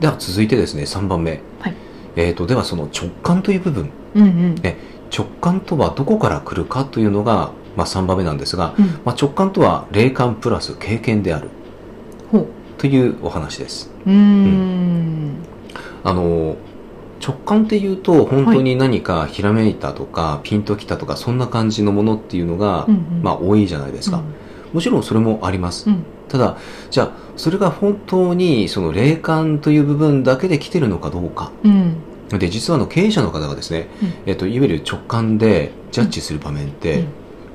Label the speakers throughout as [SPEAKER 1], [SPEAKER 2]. [SPEAKER 1] では続いてですね3番目、
[SPEAKER 2] はい
[SPEAKER 1] えー、とではその直感という部分
[SPEAKER 2] うんうん
[SPEAKER 1] 直感とはどこから来るかというのが、まあ、3番目なんですが、
[SPEAKER 2] うん
[SPEAKER 1] まあ、直感とは霊感プラス経験である
[SPEAKER 2] ほう
[SPEAKER 1] というお話です
[SPEAKER 2] うーん
[SPEAKER 1] あの直感っていうと本当に何かひらめいたとか、ピンときたとかそんな感じのものっていうのが、まあ、多いじゃないですか、もちろんそれもあります、
[SPEAKER 2] うん
[SPEAKER 1] ただじゃあそれが本当にその霊感という部分だけで来てるのかどうか
[SPEAKER 2] うんうん
[SPEAKER 1] で実はあの経営者の方がですね、
[SPEAKER 2] うん
[SPEAKER 1] えっと、いわゆる直感でジャッジする場面って、
[SPEAKER 2] うん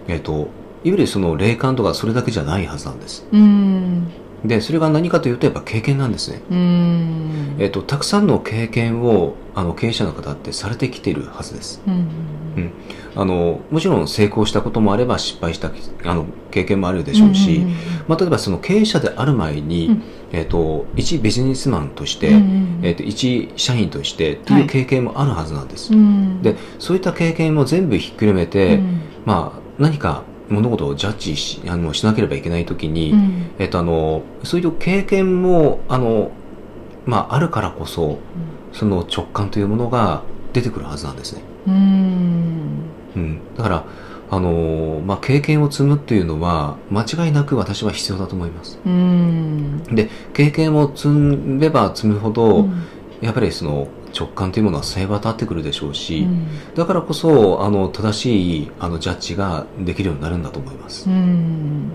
[SPEAKER 1] えっと、いわゆるその霊感とかそれだけじゃないはずなんです
[SPEAKER 2] うーん
[SPEAKER 1] でそれが何かというとやっぱ経験なんですね、
[SPEAKER 2] うーん
[SPEAKER 1] えっと、たくさんの経験をあの経営者の方ってされてきてるはずです
[SPEAKER 2] うん
[SPEAKER 1] うんあのもちろん成功したこともあれば失敗したあの経験もあるでしょうし、
[SPEAKER 2] んん
[SPEAKER 1] まあ、例えばその経営者である前に、
[SPEAKER 2] うん
[SPEAKER 1] えっと一ビジネスマンとして、
[SPEAKER 2] うんうんうん
[SPEAKER 1] えっと一社員としてっていう経験もあるはずなんです、
[SPEAKER 2] うん
[SPEAKER 1] でそういった経験も全部ひっくるめ
[SPEAKER 2] う
[SPEAKER 1] て、
[SPEAKER 2] ん
[SPEAKER 1] まあ、何か物事をジャッジしあのしなければいけないときに、
[SPEAKER 2] うん
[SPEAKER 1] えっと、あのそういう経験もあの、まあ、あるからこそその直感というものが出てくるはずなんですね、
[SPEAKER 2] うん
[SPEAKER 1] うん、だからあの、まあ、経験を積むっていうのは間違いなく私は必要だと思います
[SPEAKER 2] うん
[SPEAKER 1] 経験を積めば積むほ
[SPEAKER 2] う
[SPEAKER 1] ど、
[SPEAKER 2] ん
[SPEAKER 1] やっぱりその直感というものはさえ渡ってくるでしょうし、
[SPEAKER 2] うん
[SPEAKER 1] だからこそあの正しいあのジャッジができるようになるんだと思います
[SPEAKER 2] う。ん